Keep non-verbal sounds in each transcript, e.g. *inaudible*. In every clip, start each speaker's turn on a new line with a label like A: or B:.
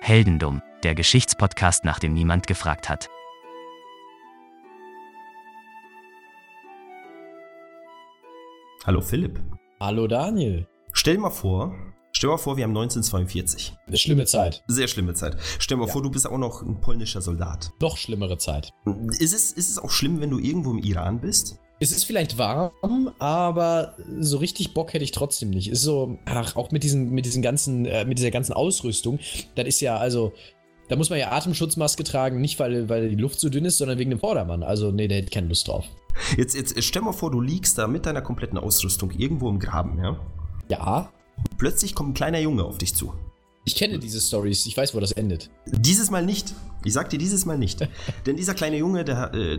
A: Heldendum, der Geschichtspodcast, nach dem niemand gefragt hat.
B: Hallo Philipp.
C: Hallo Daniel.
B: Stell dir mal vor, stell dir mal vor, wir haben 1942.
C: Eine schlimme Zeit.
B: Sehr schlimme Zeit. Stell dir mal
C: Ja.
B: vor, du bist auch noch ein polnischer Soldat.
C: Noch schlimmere Zeit.
B: Ist es, ist es auch schlimm, wenn du irgendwo im Iran bist?
C: Es ist vielleicht warm, aber so richtig Bock hätte ich trotzdem nicht. Ist so, ach, auch mit diesen, mit diesen ganzen, äh, mit dieser ganzen Ausrüstung, das ist ja, also, da muss man ja Atemschutzmaske tragen, nicht weil, weil die Luft so dünn ist, sondern wegen dem Vordermann. Also, nee, der hätte keine Lust drauf.
B: Jetzt, jetzt stell dir mal vor, du liegst da mit deiner kompletten Ausrüstung irgendwo im Graben, ja?
C: Ja,
B: Plötzlich kommt ein kleiner Junge auf dich zu.
C: ich kenne diese Stories, ich weiß, wo das endet.
B: Dieses Mal nicht. Ich sag dir dieses Mal nicht. Denn dieser kleine Junge, der, äh,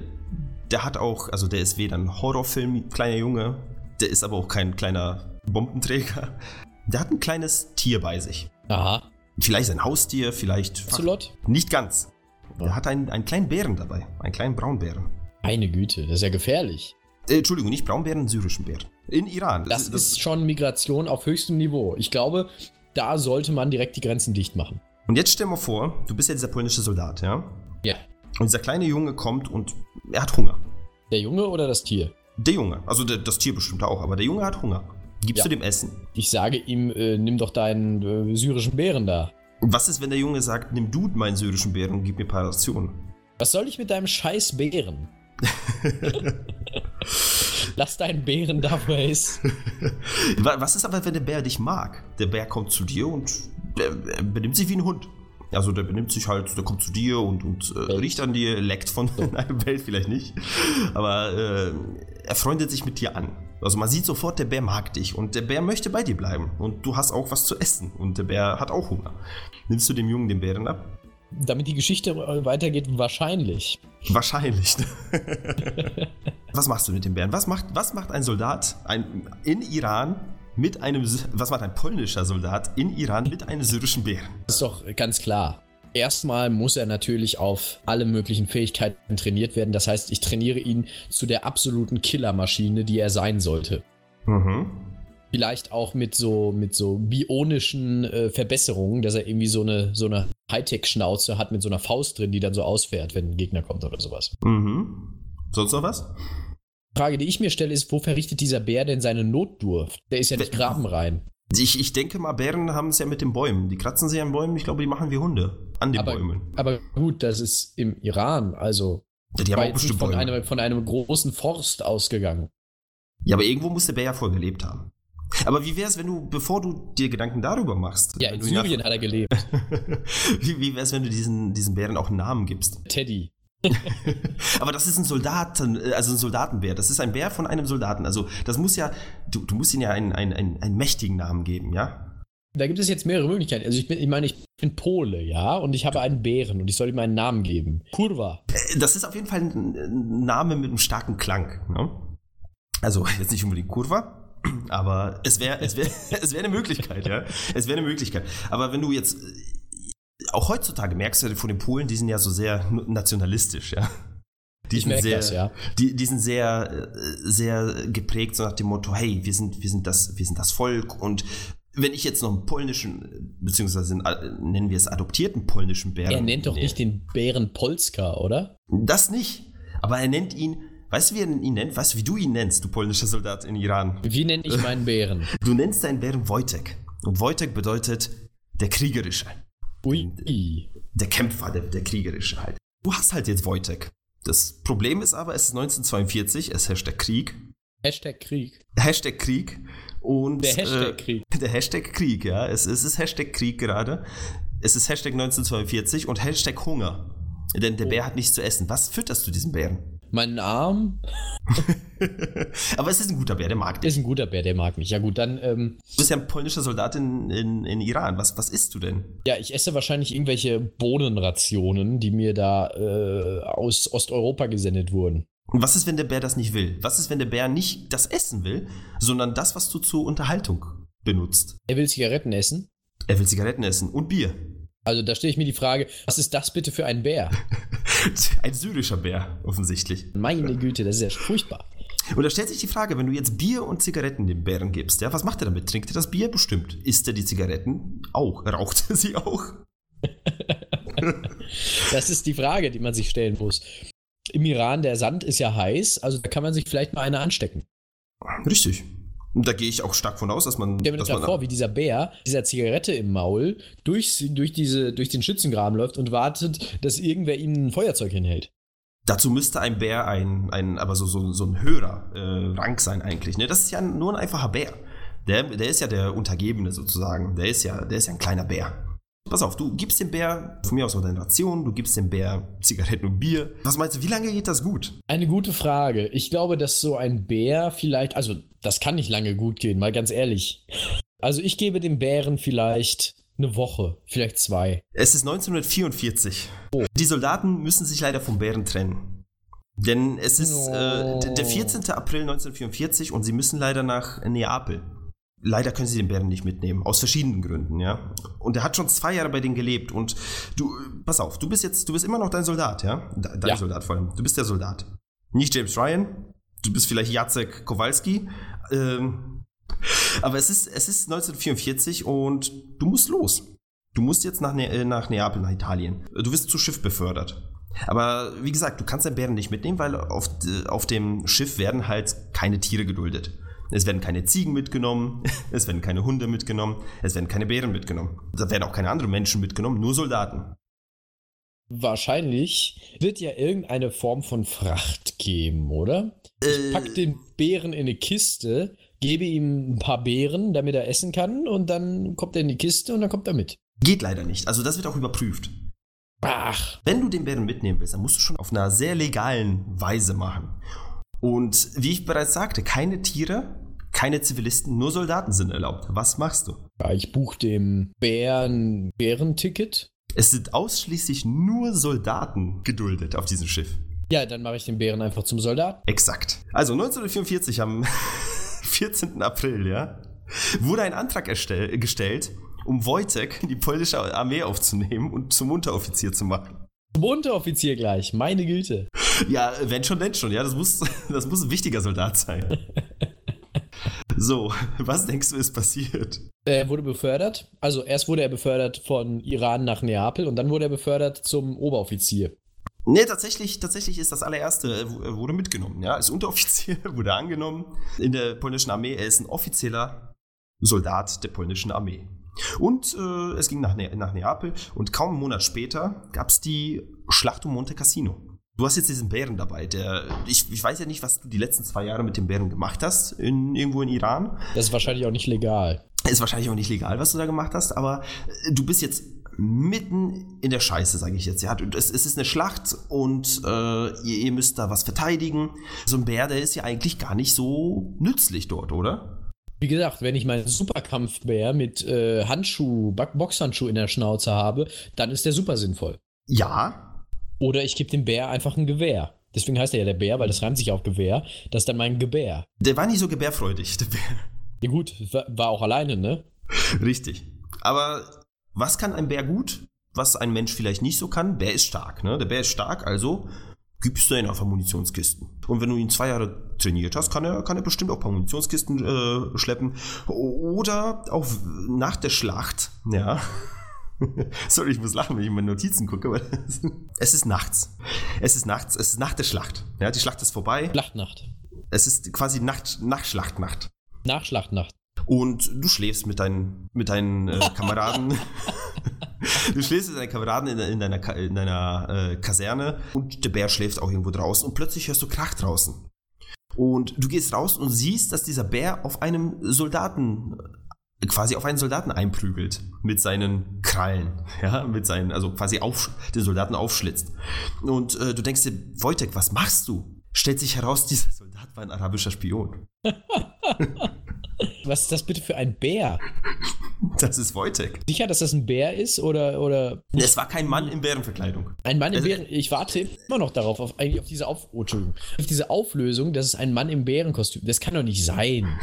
B: der hat auch, also der ist weder ein Horrorfilm, kleiner Junge, der ist aber auch kein kleiner Bombenträger. Der hat ein kleines Tier bei sich.
C: Aha.
B: Vielleicht sein Haustier, vielleicht.
C: Zulot?
B: Nicht ganz. Er hat einen, einen kleinen Bären dabei. Einen kleinen Braunbären.
C: Meine Güte, das ist ja gefährlich.
B: Äh, Entschuldigung, nicht Braunbären, syrischen Bären. In Iran.
C: Das ist schon Migration auf höchstem Niveau. Ich glaube, da sollte man direkt die Grenzen dicht machen.
B: Und jetzt stell dir mal vor, du bist ja dieser polnische Soldat, ja?
C: Ja.
B: Und dieser kleine Junge kommt und er hat Hunger.
C: Der Junge oder das Tier?
B: Der Junge, also der, das Tier bestimmt auch, aber der Junge hat Hunger. Gibst
C: Ja.
B: du dem Essen?
C: Ich sage ihm, äh, nimm doch deinen äh, syrischen Bären da.
B: Und was ist, wenn der Junge sagt, nimm du meinen syrischen Bären und gib mir ein paar Rationen?
C: Was soll ich mit deinem scheiß Bären? Lass deinen Bären da, wo er ist.
B: Wa- Was ist aber, wenn der Bär dich mag? Der Bär kommt zu dir und der, der benimmt sich wie ein Hund. Also der benimmt sich halt, der kommt zu dir und, und äh, riecht an dir, leckt von *laughs* einer Welt vielleicht nicht. Aber äh, er freundet sich mit dir an. Also man sieht sofort, der Bär mag dich und der Bär möchte bei dir bleiben. Und du hast auch was zu essen und der Bär hat auch Hunger. Nimmst du dem Jungen den Bären ab?
C: Damit die Geschichte äh, weitergeht, wahrscheinlich.
B: Wahrscheinlich. ne? *laughs* was machst du mit dem Bären? Was macht, was macht ein Soldat ein, in Iran mit einem, Sy- was macht ein polnischer Soldat in Iran mit einem syrischen Bären?
C: Das ist doch ganz klar. Erstmal muss er natürlich auf alle möglichen Fähigkeiten trainiert werden. Das heißt, ich trainiere ihn zu der absoluten Killermaschine, die er sein sollte.
B: Mhm.
C: Vielleicht auch mit so, mit so bionischen äh, Verbesserungen, dass er irgendwie so eine, so eine Hightech-Schnauze hat mit so einer Faust drin, die dann so ausfährt, wenn ein Gegner kommt oder sowas.
B: Mhm. Sonst noch was?
C: Frage, die ich mir stelle, ist, wo verrichtet dieser Bär denn seine Notdurft? Der ist ja nicht
B: Wer-
C: grabenrein.
B: Ich, ich denke mal, Bären haben es ja mit den Bäumen. Die kratzen sie an Bäumen. Ich glaube, die machen wie Hunde. An den
C: Aber,
B: Bäumen.
C: aber gut, das ist im Iran, also
B: Ja, die haben
C: war
B: auch
C: jetzt nicht
B: bestimmt
C: von
B: Bäume.
C: einem, von einem großen Forst ausgegangen.
B: Ja, aber irgendwo muss der Bär ja vorher gelebt haben. Aber wie wäre es, wenn du, bevor du dir Gedanken darüber machst,
C: Ja,
B: Also wenn
C: in
B: du ihn nach-
C: Syrien hat er gelebt.
B: *laughs* wie, wie wäre es, wenn du diesen, diesen Bären auch einen Namen gibst?
C: Teddy.
B: Aber das ist ein Soldaten, also ein Soldatenbär. Das ist ein Bär von einem Soldaten. Also das muss ja, du, du musst ihm ja einen, einen, einen, einen mächtigen Namen geben, ja?
C: Da gibt es jetzt mehrere Möglichkeiten. Also ich, bin, ich meine, ich bin Pole, ja, und ich habe einen Bären und ich soll ihm einen Namen geben. Kurva.
B: Äh, Das ist auf jeden Fall ein, ein Name mit einem starken Klang. Ne? Also jetzt nicht unbedingt Kurva, aber es wäre es wär, *laughs* es wär eine Möglichkeit, ja? Es wäre eine Möglichkeit. Aber wenn du jetzt, äh, auch heutzutage merkst du von den Polen, die sind ja so sehr nationalistisch, ja? Die
C: Ich merke das, ja.
B: Die, die sind sehr, äh, sehr geprägt, so nach dem Motto, hey, wir sind, wir sind, das, wir sind das Volk und wenn ich jetzt noch einen polnischen, beziehungsweise einen, äh, nennen wir es adoptierten polnischen Bären.
C: Er nennt doch
B: Ähm, Nee.
C: nicht den Bären Polska, oder?
B: Das nicht. Aber er nennt ihn, weißt du, wie er ihn nennt? Weißt du, wie du ihn nennst, du polnischer Soldat in Iran?
C: Wie nenne ich meinen
B: *laughs*
C: Bären?
B: Du nennst deinen Bären Wojtek. Und Wojtek bedeutet der Kriegerische.
C: Ui.
B: Der Kämpfer, der, der Kriegerische halt. Du hast halt jetzt Wojtek. Das Problem ist aber, es ist 1942, es herrscht der Krieg.
C: Hashtag Krieg.
B: Hashtag Krieg. Und,
C: Der Hashtag
B: äh, *laughs*
C: Krieg.
B: Der Hashtag Krieg, ja. Es, es ist Hashtag Krieg gerade. Es ist Hashtag 1942 und Hashtag Hunger. Denn
C: Oh.
B: der Bär hat nichts zu essen. Was fütterst du diesem Bären? *laughs*
C: Mein Arm
B: Aber es ist ein guter Bär, der mag dich.
C: ist ein guter Bär, der mag mich. Ja gut, dann, ähm,
B: Du bist ja ein polnischer Soldat in, in, in Iran. Was, was isst du denn?
C: ja, ich esse wahrscheinlich irgendwelche Bohnenrationen, die mir da äh, aus Osteuropa gesendet wurden.
B: Und was ist, wenn der Bär das nicht will? Was ist, wenn der Bär nicht das Essen will, sondern das, was du zur Unterhaltung benutzt?
C: Er will Zigaretten essen.
B: Er will Zigaretten essen und Bier. *laughs*
C: Also da stelle ich mir die Frage, was ist das bitte für ein Bär?
B: Ein syrischer Bär, offensichtlich.
C: Meine Güte, das ist ja furchtbar.
B: Und da stellt sich die Frage, wenn du jetzt Bier und Zigaretten dem Bären *laughs* gibst, ja, was macht er damit? Trinkt er das Bier? Bestimmt. Isst er die Zigaretten? Auch. Raucht er sie auch?
C: Das ist die Frage, die man sich stellen muss. Im Iran, der Sand ist ja heiß, also da kann man sich vielleicht mal eine anstecken.
B: Richtig. Und da gehe ich auch stark von aus, dass man.
C: Stell mir das
B: dass
C: mal
B: man
C: vor, wie dieser Bär, dieser Zigarette im Maul, durch, durch, diese, durch den Schützengraben läuft und wartet, dass irgendwer ihm ein Feuerzeug hinhält.
B: dazu müsste ein Bär ein, ein aber so, so, so ein höherer äh, Rang sein eigentlich. Ne? Das ist ja nur ein einfacher Bär. Der, der ist ja der Untergebene sozusagen. Der ist ja, der ist ja ein kleiner Bär. Pass auf, du gibst dem Bär, von mir aus noch deine Ration, du gibst dem Bär Zigaretten und Bier. Was meinst du, wie lange geht das gut?
C: Eine gute Frage. Ich glaube, dass so ein Bär vielleicht, also das kann nicht lange gut gehen, mal ganz ehrlich. Also ich gebe dem Bären vielleicht eine Woche, vielleicht zwei.
B: Es ist 1944. Die Soldaten müssen sich leider vom Bären trennen. Denn es ist äh, d- der 14. April 1944 und sie müssen leider nach Neapel. Leider können sie den Bären nicht mitnehmen, aus verschiedenen Gründen, ja. Und er hat schon zwei Jahre bei denen gelebt und du, pass auf, du bist jetzt, du bist immer noch dein Soldat, ja? De- Dein
C: Ja.
B: Soldat vor allem. Du bist der Soldat. Nicht James Ryan, du bist vielleicht Jacek Kowalski, ähm, aber es ist, es ist 1944 und du musst los. Du musst jetzt nach, ne äh, nach Neapel, nach Italien. Du wirst zu Schiff befördert. Aber wie gesagt, du kannst den Bären nicht mitnehmen, weil auf, d- auf dem Schiff werden halt keine Tiere geduldet. Es werden keine Ziegen mitgenommen, *laughs* es werden keine Hunde mitgenommen, es werden keine Bären mitgenommen. Da werden auch keine anderen Menschen mitgenommen, nur Soldaten.
C: Wahrscheinlich wird ja irgendeine Form von Fracht geben, oder?
B: Äh,
C: Pack den Bären in eine Kiste, gebe ihm ein paar Beeren, damit er essen kann und dann kommt er in die Kiste und dann kommt er mit.
B: geht leider nicht. Also das wird auch überprüft.
C: Ach,
B: Wenn du den Bären mitnehmen willst, dann musst du schon auf einer sehr legalen Weise machen. Und wie ich bereits sagte, keine Tiere, keine Zivilisten, nur Soldaten sind erlaubt. Was machst du?
C: ja, ich buche dem Bären Bärenticket.
B: Es sind ausschließlich nur Soldaten geduldet auf diesem Schiff.
C: Ja, dann mache ich den Bären einfach zum Soldat.
B: Exakt. Also 1944 am *laughs* 14. April, ja, wurde ein Antrag erstell- gestellt, um Wojtek in die polnische Armee aufzunehmen und zum Unteroffizier zu machen.
C: Zum Unteroffizier gleich, meine Güte.
B: Ja, wenn schon, denn schon. Ja, das muss, *laughs* das muss ein wichtiger Soldat sein. So, was denkst du, ist passiert?
C: Er wurde befördert. Also erst wurde er befördert von Iran nach Neapel und dann wurde er befördert zum Oberoffizier.
B: Nee, tatsächlich, tatsächlich ist das allererste, äh, wu- äh, wurde mitgenommen. Ja, ist Unteroffizier, *laughs* wurde angenommen in der polnischen Armee. Er ist ein offizieller Soldat der polnischen Armee. Und äh, es ging nach, ne nach Neapel und kaum einen Monat später gab es die Schlacht um Monte Cassino. Du hast jetzt diesen Bären dabei, der. Ich, ich weiß ja nicht, was du die letzten zwei Jahre mit dem Bären gemacht hast, in, irgendwo in Iran.
C: Das ist wahrscheinlich auch nicht legal.
B: Ist wahrscheinlich auch nicht legal, was du da gemacht hast, aber äh, du bist jetzt mitten in der Scheiße, sage ich jetzt. Ja, du- es, es ist eine Schlacht und äh, ihr, ihr müsst da was verteidigen. So ein Bär, der ist ja eigentlich gar nicht so nützlich dort, oder?
C: Wie gesagt, wenn ich meinen Superkampfbär mit äh, Handschuh, Ba- Boxhandschuh in der Schnauze habe, dann ist der super sinnvoll.
B: Ja,
C: Oder ich gebe dem Bär einfach ein Gewehr. Deswegen heißt er ja der Bär, weil das reimt sich auf Gewehr. Das ist dann mein Gebär.
B: der war nicht so gebärfreudig, *laughs* der Bär.
C: Ja gut, wa- war auch alleine, ne?
B: Richtig. Aber was kann ein Bär gut, was ein Mensch vielleicht nicht so kann? Bär ist stark, ne? Der Bär ist stark, also gibst du ihn auf Munitionskisten. Und wenn du ihn zwei Jahre trainiert hast, kann er, kann er bestimmt auch ein paar Munitionskisten äh, schleppen. O- Oder auch nach der Schlacht, ja. *laughs* Sorry, ich muss lachen, wenn ich in meine Notizen gucke. weil *laughs* es ist nachts. Es ist nachts, es ist nach der Schlacht. Ja, die Schlacht ist vorbei.
C: Schlachtnacht.
B: Es ist quasi Nacht, Nachschlachtnacht.
C: Nachschlachtnacht.
B: Und du schläfst mit deinen, mit deinen äh, Kameraden. du schläfst mit deinen Kameraden in, in deiner, Ka- in deiner äh, Kaserne und der Bär schläft auch irgendwo draußen und plötzlich hörst du Krach draußen. Und du gehst raus und siehst, dass dieser Bär auf einem Soldaten, äh, quasi auf einen Soldaten einprügelt. Mit seinen Krallen. *laughs* Ja, mit seinen, also quasi auf, den Soldaten aufschlitzt. Und äh, du denkst dir, Wojtek, was machst du? Stellt sich heraus, dieser Soldat war ein arabischer Spion.
C: Was ist das bitte für ein Bär?
B: Das ist Wojtek.
C: Sicher, dass das ein Bär ist oder, oder
B: Es war kein Mann in Bärenverkleidung.
C: Ein Mann im
B: Also-
C: Bären. Ich warte immer noch darauf, auf, eigentlich auf diese, auf, oh, Entschuldigung, auf diese Auflösung, dass es ein Mann im Bärenkostüm. Das kann doch nicht sein.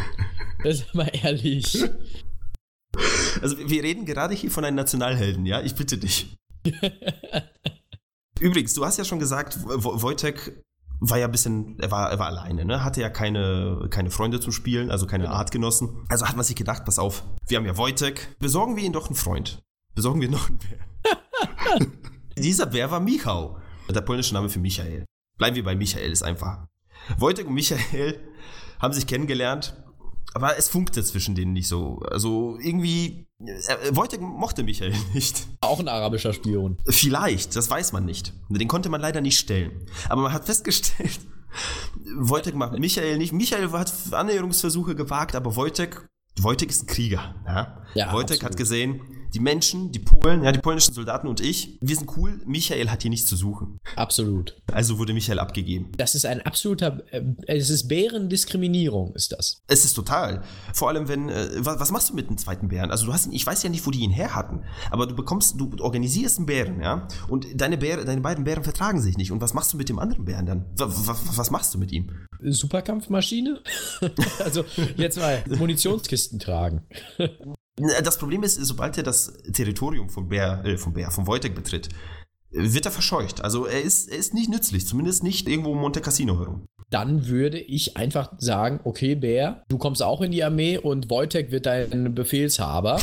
C: Das ist mal ehrlich.
B: Also wir- wir reden gerade hier von einem Nationalhelden, ja? Ich bitte dich. Übrigens, du hast ja schon gesagt, Wo- Wo- Wojtek war ja ein bisschen, er war, er war alleine, ne? Hatte ja keine, keine Freunde zum Spielen, also keine Artgenossen. Also hat man sich gedacht, pass auf, wir haben ja Wojtek, besorgen wir ihn doch einen Freund. Besorgen wir noch einen Bären. Dieser Bär war Michał. Der polnische Name für Michael. Bleiben wir bei Michael, ist einfach. Wojtek und Michael haben sich kennengelernt, aber es funkte zwischen denen nicht so. Also irgendwie, äh, Wojtek mochte Michael *laughs* nicht.
C: Auch ein arabischer Spion.
B: Vielleicht, das weiß man nicht. Den konnte man leider nicht stellen. Aber man hat festgestellt, *laughs* Wojtek macht Michael nicht. Michael hat Annäherungsversuche gewagt, aber Wojtek, Wojtek ist ein Krieger. Ja?
C: Ja,
B: Wojtek
C: absolut.
B: hat gesehen, die Menschen, die Polen, ja, die polnischen Soldaten und ich, wir sind cool. Michael hat hier nichts zu suchen.
C: Absolut.
B: Also wurde Michael abgegeben.
C: Das ist ein absoluter, äh, es ist Bärendiskriminierung, ist das.
B: Es ist total. Vor allem, wenn, äh, was, was machst du mit den zweiten Bären? Also du hast ihn, ich weiß ja nicht, wo die ihn her hatten, aber du bekommst, du organisierst einen Bären, ja? Und deine Bären, deine beiden Bären vertragen sich nicht. Und was machst du mit dem anderen Bären dann? Wa- wa- wa- was machst du mit ihm?
C: Superkampfmaschine? *laughs* also, jetzt mal Munitionskisten tragen.
B: äh, Das Problem ist, sobald er das Territorium von Bär, äh, von Bär, von Wojtek betritt, äh, wird er verscheucht. Also er ist, er ist nicht nützlich, zumindest nicht irgendwo im Monte Cassino herum.
C: Dann würde ich einfach sagen, okay, Bär, du kommst auch in die Armee und Wojtek wird dein Befehlshaber.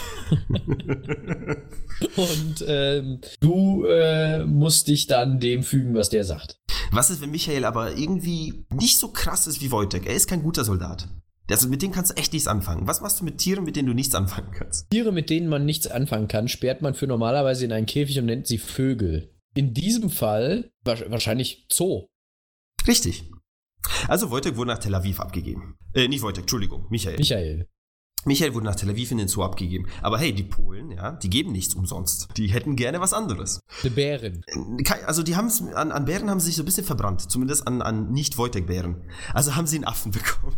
C: und ähm, du äh, musst dich dann dem fügen, was der sagt.
B: Was ist, wenn Michael aber irgendwie nicht so krass ist wie Wojtek? Er ist kein guter Soldat. Also mit denen kannst du echt nichts anfangen. Was machst du mit Tieren, mit denen du nichts anfangen kannst?
C: Tiere, mit denen man nichts anfangen kann, sperrt man für normalerweise in einen Käfig und nennt sie Vögel. In diesem Fall wa- wahrscheinlich Zoo.
B: Richtig. Also Wojtek wurde nach Tel Aviv abgegeben. Äh, nicht Wojtek, Entschuldigung, Michael.
C: Michael.
B: Michael wurde nach Tel Aviv in den Zoo abgegeben. Aber hey, die Polen, ja, die geben nichts umsonst. Die hätten gerne was anderes.
C: Eine Bärin.
B: Kei- Also die haben es, an, an Bären haben sie sich so ein bisschen verbrannt, zumindest an, an Nicht-Wojtek-Bären. Also haben sie einen Affen *laughs* bekommen.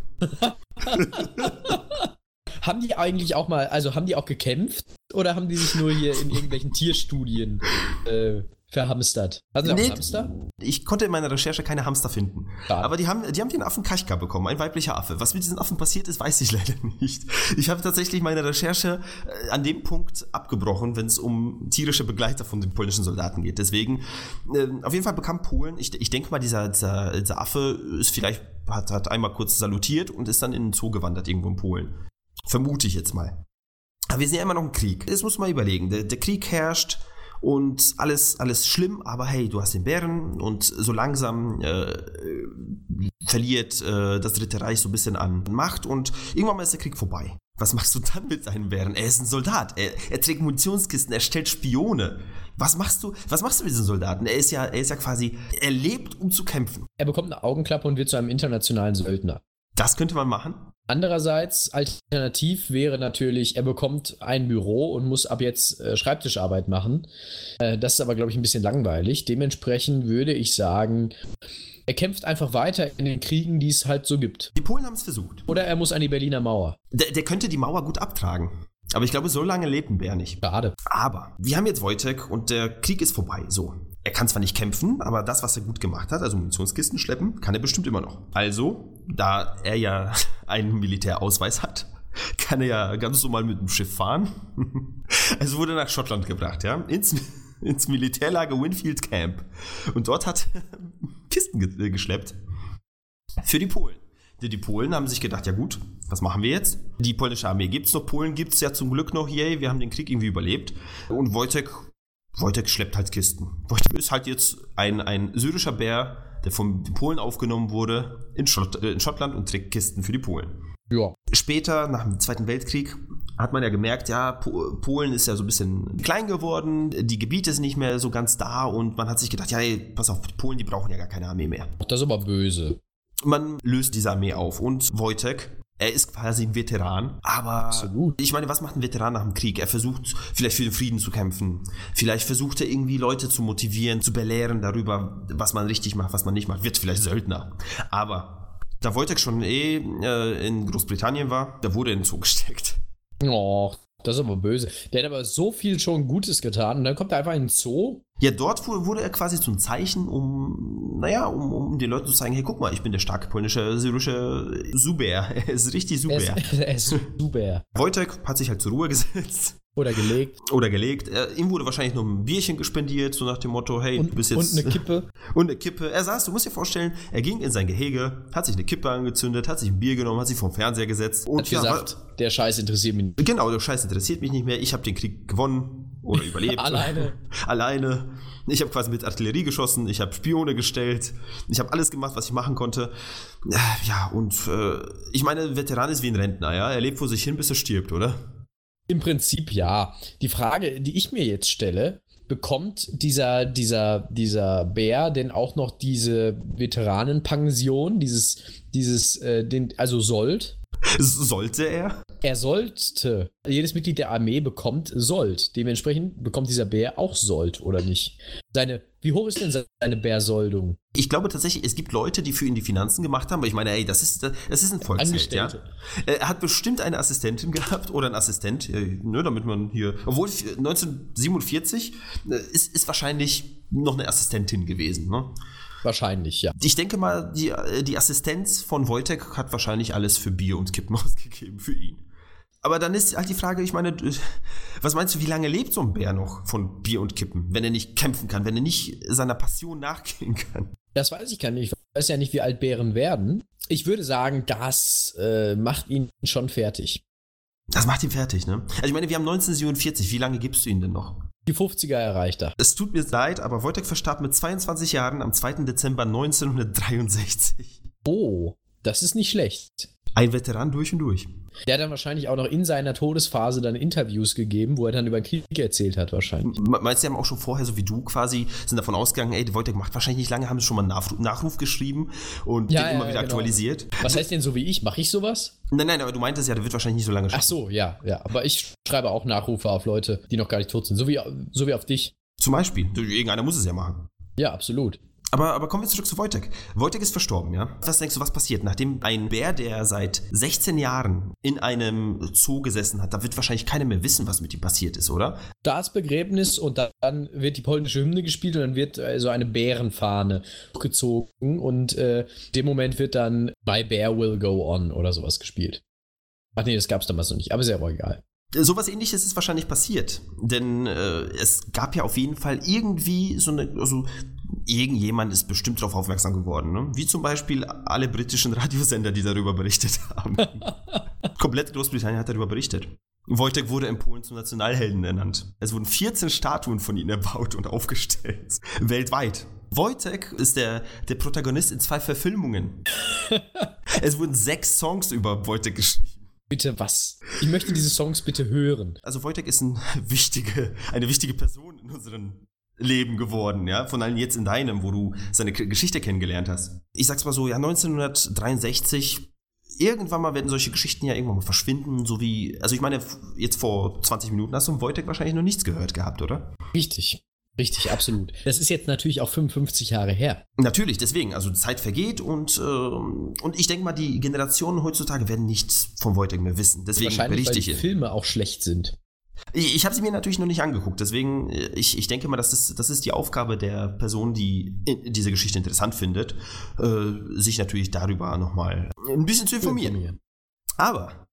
C: Haben die eigentlich auch mal, also haben die auch gekämpft oder haben die sich nur hier in irgendwelchen Tierstudien äh, verhamstert? Hatten sie auch
B: Nee.
C: einen Hamster?
B: Ich konnte in meiner Recherche keine Hamster finden.
C: Schade.
B: Aber die haben, die haben den Affen Kaschka bekommen, ein weiblicher Affe. Was mit diesem Affen passiert ist, weiß ich *laughs* leider nicht. Ich habe tatsächlich meine Recherche äh, an dem Punkt abgebrochen, wenn es um tierische Begleiter von den polnischen Soldaten geht. Deswegen, ähm, auf jeden Fall bekam Polen, ich, ich denke mal, dieser, dieser, dieser Affe ist vielleicht, hat, hat einmal kurz salutiert und ist dann in den Zoo gewandert, irgendwo in Polen. Vermute ich jetzt mal. Aber wir sind ja immer noch im Krieg. Das muss man überlegen. Der, der Krieg herrscht und alles, alles schlimm, aber hey, du hast den Bären und so langsam äh, äh, verliert äh, das Dritte Reich so ein bisschen an Macht und irgendwann mal ist der Krieg vorbei. Was machst du dann mit seinen Bären? Er ist ein Soldat. Er, er trägt Munitionskisten, er stellt Spione. Was machst du? Was machst du mit diesen Soldaten? Er ist ja, er ist ja quasi, er lebt, um zu kämpfen.
C: Er bekommt eine Augenklappe und wird zu einem internationalen Söldner.
B: Das könnte man machen.
C: Andererseits, alternativ wäre natürlich, er bekommt ein Büro und muss ab jetzt äh, Schreibtischarbeit machen. Äh, das ist aber, glaube ich, ein bisschen langweilig. Dementsprechend würde ich sagen, er kämpft einfach weiter in den Kriegen, die es halt so gibt.
B: Die Polen haben es versucht.
C: Oder er muss an die Berliner Mauer.
B: Der, der könnte die Mauer gut abtragen. Aber ich glaube, so lange lebt ein Bär nicht.
C: Schade.
B: Aber wir haben jetzt Wojtek und der Krieg ist vorbei. So. Er kann zwar nicht kämpfen, aber das, was er gut gemacht hat, also Munitionskisten schleppen, kann er bestimmt immer noch. Also, da er ja *laughs* einen Militärausweis hat, *laughs* kann er ja ganz normal mit dem Schiff fahren. *laughs* Es wurde nach Schottland gebracht, ja, ins, *laughs* ins Militärlager Winfield Camp. Und dort hat *laughs* er Kisten ge- äh, geschleppt für die Polen. Denn die Polen haben sich gedacht, ja gut, was machen wir jetzt? Die polnische Armee gibt's noch, Polen gibt's ja zum Glück noch, yay, wir haben den Krieg irgendwie überlebt. Und Wojtek, Wojtek schleppt halt Kisten. Wojtek ist halt jetzt ein, ein syrischer Bär, der von den Polen aufgenommen wurde, in, Schott, äh, in Schottland und trägt Kisten für die Polen
C: Ja.
B: später, nach dem Zweiten Weltkrieg, hat man ja gemerkt, ja, Po- Polen ist ja so ein bisschen klein geworden, die Gebiete sind nicht mehr so ganz da und man hat sich gedacht, ja, ey, pass auf, die Polen, die brauchen ja gar keine Armee mehr.
C: Ach, Das ist aber böse.
B: Man löst diese Armee auf und Wojtek, er ist quasi ein Veteran, aber
C: Absolut.
B: ich meine, was macht ein Veteran nach dem Krieg? Er versucht vielleicht für den Frieden zu kämpfen, vielleicht versucht er irgendwie Leute zu motivieren, zu belehren darüber, was man richtig macht, was man nicht macht, wird vielleicht Söldner, aber... Da Wojtek schon eh äh, in Großbritannien war, da wurde er in den Zoo gesteckt.
C: Oh, das ist aber böse. Der hat aber so viel schon Gutes getan und dann kommt er einfach in den Zoo.
B: Ja, dort wu- wurde er quasi zum Zeichen, um, naja, um, um den Leuten zu zeigen, hey, guck mal, ich bin der starke polnische, syrische Suber. *laughs* Er ist richtig
C: Er ist,
B: Suber.
C: *laughs* er ist super.
B: Wojtek hat sich halt zur Ruhe *laughs* gesetzt
C: Oder gelegt.
B: oder gelegt. Er, ihm wurde wahrscheinlich noch ein Bierchen gespendiert, so nach dem Motto, hey,
C: Und,
B: du bist
C: und
B: jetzt...
C: eine
B: *laughs*
C: Kippe.
B: Und eine Kippe. Er saß, du musst dir vorstellen, er ging in sein Gehege, hat sich eine Kippe angezündet, hat sich ein Bier genommen, hat sich vom Fernseher gesetzt. Und
C: Hat gesagt, der Scheiß interessiert mich nicht.
B: Genau, der Scheiß interessiert mich nicht mehr. Ich habe den Krieg gewonnen. Oder überlebt.
C: *laughs* Alleine.
B: Alleine. Ich habe quasi mit Artillerie geschossen, ich habe Spione gestellt, ich habe alles gemacht, was ich machen konnte. Ja, und äh, ich meine, ein Veteran ist wie ein Rentner, ja. Er lebt vor sich hin, bis er stirbt, oder?
C: Im Prinzip ja. Die Frage, die ich mir jetzt stelle, bekommt dieser, dieser, dieser Bär denn auch noch diese Veteranenpension, dieses, dieses, äh, den, also Sold?
B: Sollte er?
C: Er sollte. Jedes Mitglied der Armee bekommt Sold. Dementsprechend bekommt dieser Bär auch Sold, oder nicht? Seine, wie hoch ist denn seine Bärsoldung?
B: Ich glaube tatsächlich, es gibt Leute, die für ihn die Finanzen gemacht haben, aber ich meine, ey, das ist, das ist ein Volksheld, ja.
C: Angestellte.
B: Er hat bestimmt eine Assistentin gehabt oder einen Assistent, äh, ne, damit man hier, obwohl f- 1947 äh, ist, ist wahrscheinlich noch eine Assistentin gewesen, ne?
C: Wahrscheinlich, ja.
B: Ich denke mal, die, äh, die Assistenz von Wojtek hat wahrscheinlich alles für Bier und Kippen *laughs* ausgegeben für ihn. Aber dann ist halt die Frage, ich meine, d- was meinst du, wie lange lebt so ein Bär noch von Bier und Kippen, wenn er nicht kämpfen kann, wenn er nicht seiner Passion nachgehen kann?
C: Das weiß ich gar nicht. Ich weiß ja nicht, wie alt Bären werden. Ich würde sagen, das äh, macht ihn schon fertig.
B: Das macht ihn fertig, ne? Also ich meine, wir haben 1947, wie lange gibst du ihn denn noch?
C: Die 50er erreicht er.
B: Es tut mir leid, aber Wojtek verstarb mit 22 Jahren am 2. Dezember 1963.
C: Oh, das ist nicht schlecht.
B: Ein Veteran durch und durch.
C: Der hat dann wahrscheinlich auch noch in seiner Todesphase dann Interviews gegeben, wo er dann über den Krieg erzählt hat, wahrscheinlich.
B: Me- Meinst du, die haben auch schon vorher, so wie du quasi, sind davon ausgegangen, ey, Wojtek macht wahrscheinlich nicht lange, haben sie schon mal einen Nachruf, Nachruf geschrieben und
C: Ja,
B: den
C: ja,
B: immer wieder
C: genau.
B: aktualisiert?
C: Was heißt denn so wie ich? Mache ich sowas?
B: Nein, nein, aber du meintest ja, der wird wahrscheinlich nicht so lange
C: Ach
B: schaffen.
C: so, ja, ja. Aber ich schreibe auch Nachrufe auf Leute, die noch gar nicht tot sind. So wie, so wie auf dich.
B: Zum Beispiel. Irgendeiner muss es ja machen.
C: Ja, absolut.
B: Aber, aber kommen wir zurück zu Wojtek. Wojtek ist verstorben, ja? Was denkst du, was passiert? Nachdem ein Bär, der seit 16 Jahren in einem Zoo gesessen hat, da wird wahrscheinlich keiner mehr wissen, was mit ihm passiert ist, oder?
C: Staatsbegräbnis und dann wird die polnische Hymne gespielt und dann wird äh, so eine Bärenfahne gezogen und äh, in dem Moment wird dann My Bear Will Go On oder sowas gespielt. Ach nee, das gab's damals noch nicht, aber ist ja auch egal.
B: Sowas ähnliches ist wahrscheinlich passiert. Denn äh, es gab ja auf jeden Fall irgendwie so eine. Also, irgendjemand ist bestimmt darauf aufmerksam geworden. Ne? Wie zum Beispiel alle britischen *laughs* Radiosender, die darüber berichtet haben. Komplett Großbritannien hat darüber berichtet. Wojtek wurde in Polen zum Nationalhelden ernannt. Es wurden 14 Statuen von ihm erbaut und aufgestellt. *laughs* Weltweit. Wojtek ist der, der Protagonist in zwei Verfilmungen. es wurden sechs Songs über Wojtek geschrieben.
C: Bitte was? Ich möchte diese Songs bitte hören.
B: Also Wojtek ist ein *laughs* wichtige, eine wichtige Person in unserem Leben geworden, ja, von allem jetzt in deinem, wo du seine K- Geschichte kennengelernt hast. Ich sag's mal so, ja, 1963 irgendwann mal werden solche Geschichten ja irgendwann mal verschwinden, so wie also ich meine, f- jetzt vor 20 Minuten hast du von Wojtek wahrscheinlich noch nichts gehört gehabt, oder?
C: Richtig. Richtig, absolut. Das ist jetzt natürlich auch 55 Jahre her.
B: Natürlich, deswegen, also Zeit vergeht und ähm, und ich denke mal, die Generationen heutzutage werden nichts von Wojtek mehr wissen. Deswegen
C: Wahrscheinlich, weil
B: berichte ich
C: die
B: ihn.
C: Filme auch schlecht sind.
B: Ich, ich habe sie mir natürlich noch nicht angeguckt, deswegen, äh, ich, ich denke mal, das ist, das ist die Aufgabe der Person, die in- diese Geschichte interessant findet, äh, sich natürlich darüber nochmal ein bisschen zu
C: Mhm.
B: informieren. Aber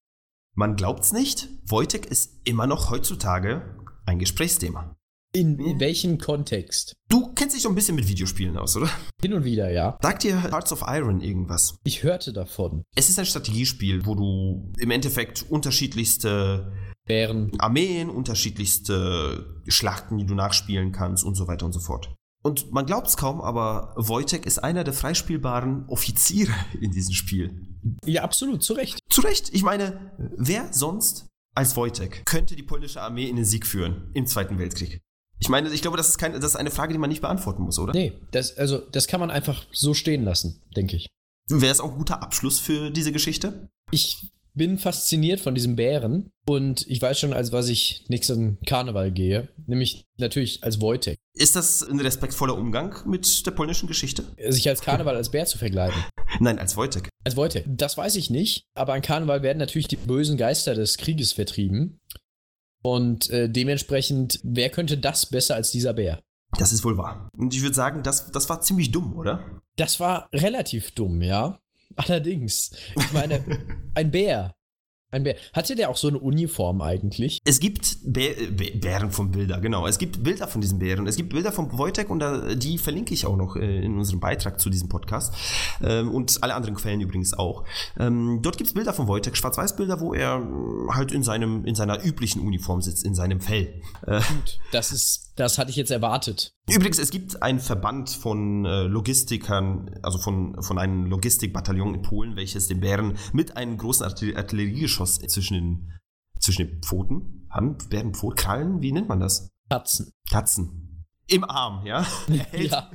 B: man glaubt's nicht, Wojtek ist immer noch heutzutage ein Gesprächsthema.
C: In,
B: Mhm.
C: in welchem Kontext?
B: Du kennst dich so ein bisschen mit Videospielen aus, oder?
C: Hin und wieder, ja.
B: Sagt dir Hearts of Iron irgendwas?
C: Ich hörte davon.
B: Es ist ein Strategiespiel, wo du im Endeffekt unterschiedlichste
C: Bären.
B: Armeen, unterschiedlichste Schlachten, die du nachspielen kannst und so weiter und so fort. Und man glaubt es kaum, aber Wojtek ist einer der freispielbaren Offiziere in diesem Spiel.
C: Ja, absolut, zu Recht.
B: Zu Recht, ich meine, wer sonst als Wojtek könnte die polnische Armee in den Sieg führen im Zweiten Weltkrieg? Ich meine, ich glaube, das ist, kein, das ist eine Frage, die man nicht beantworten muss, oder?
C: Nee, das, also, das kann man einfach so stehen lassen, denke ich.
B: Wäre es auch ein guter Abschluss für diese Geschichte?
C: Ich bin fasziniert von diesem Bären und ich weiß schon, als was ich nächsten Karneval gehe, nämlich natürlich als Wojtek.
B: Ist das ein respektvoller Umgang mit der polnischen Geschichte?
C: Sich als Karneval als Bär zu vergleichen.
B: Nein, als Wojtek.
C: Als Wojtek. Das weiß ich nicht, aber an Karneval werden natürlich die bösen Geister des Krieges vertrieben. Und äh, dementsprechend, wer könnte das besser als dieser Bär?
B: Das ist wohl wahr. Und ich würde sagen, das, das war ziemlich dumm, oder?
C: Das war relativ dumm, ja. Allerdings, ich meine, ein Bär Ein Bär. Hatte der auch so eine Uniform eigentlich?
B: Es gibt Bär, äh, Bär- Bären vom Bilder, genau. Es gibt Bilder von diesen Bären. Es gibt Bilder von Wojtek und da, die verlinke ich auch noch äh, in unserem Beitrag zu diesem Podcast. Ähm, und alle anderen Quellen übrigens auch. Ähm, dort gibt es Bilder von Wojtek, Schwarz-Weiß-Bilder, wo er äh, halt in, seinem, in seiner üblichen Uniform sitzt, in seinem Fell. Äh,
C: Gut, das ist, das hatte ich jetzt erwartet.
B: Übrigens, es gibt einen Verband von äh, Logistikern, also von, von einem Logistikbataillon in Polen, welches den Bären mit einem großen Artil- Artilleriegeschoss zwischen den, zwischen den Pfoten, Hand, Bärenpfoten, Krallen, wie nennt man das?
C: Katzen.
B: Tatzen. Im Arm, ja? Er hält-
C: Ja.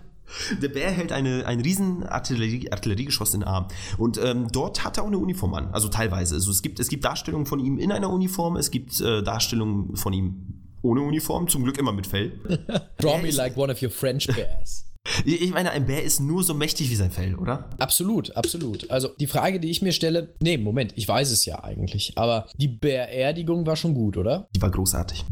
B: Der Bär hält eine, ein riesen Artillerie, Artilleriegeschoss in den Arm. Und ähm, dort hat er auch eine Uniform an, also teilweise. Also es gibt, es gibt Darstellungen von ihm in einer Uniform, es gibt äh, Darstellungen von ihm ohne Uniform, zum Glück immer mit Fell.
C: Draw me like one of your French bears.
B: Ich ich meine, ein Bär ist nur so mächtig wie sein Fell, oder?
C: Absolut, absolut. Also die Frage, die ich mir stelle, nee, Moment, ich weiß es ja eigentlich, aber die Beerdigung war schon gut, oder?
B: Die war großartig.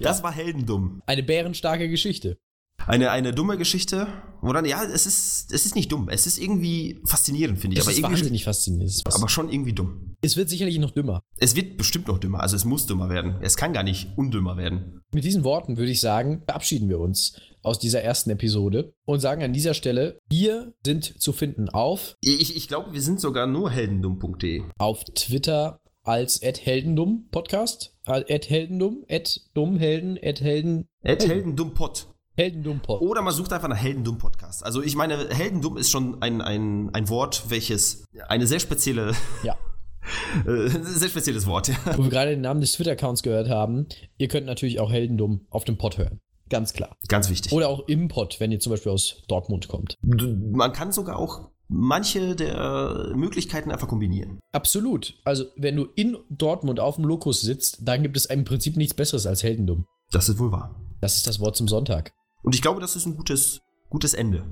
B: Das war heldendumm.
C: Eine bärenstarke Geschichte.
B: Eine, eine dumme Geschichte. Oder? Ja, es ist, es ist nicht dumm. Es ist irgendwie faszinierend, finde ich.
C: Es
B: aber,
C: ist
B: irgendwie,
C: wahnsinnig faszinierend. Es ist
B: aber schon irgendwie dumm.
C: Es wird sicherlich noch dümmer.
B: Es wird bestimmt noch dümmer. Also es muss dümmer werden. Es kann gar nicht undümmer werden.
C: Mit diesen Worten würde ich sagen, verabschieden wir uns aus dieser ersten Episode und sagen an dieser Stelle, wir sind zu finden auf,
B: Ich, ich glaube, wir sind sogar nur heldendumm.de.
C: auf Twitter als heldendum podcast, äh, heldendum, dummhelden, helden,
B: At heldendumpod.
C: heldendum pod.
B: Oder man sucht einfach nach Heldendumm Podcast. Also ich meine, Heldendumm ist schon ein, ein, ein Wort, welches eine sehr spezielle,
C: Ja.
B: *laughs* äh, sehr spezielles Wort. *laughs* Ja.
C: Wo wir gerade den Namen des Twitter-Accounts gehört haben, ihr könnt natürlich auch heldendum auf dem Pod hören. Ganz klar.
B: Ganz wichtig.
C: Oder auch im Pod, wenn ihr zum Beispiel aus Dortmund kommt.
B: D- Man kann sogar auch manche der Möglichkeiten einfach kombinieren.
C: Absolut. Also, wenn du in Dortmund auf dem Lokus sitzt, dann gibt es im Prinzip nichts Besseres als heldendum.
B: Das ist wohl wahr.
C: Das ist das Wort zum Sonntag.
B: Und ich glaube, das ist ein gutes, gutes Ende.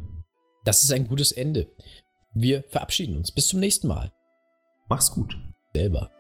C: Das ist ein gutes Ende. Wir verabschieden uns. Bis zum nächsten Mal.
B: Mach's gut.
C: Selber.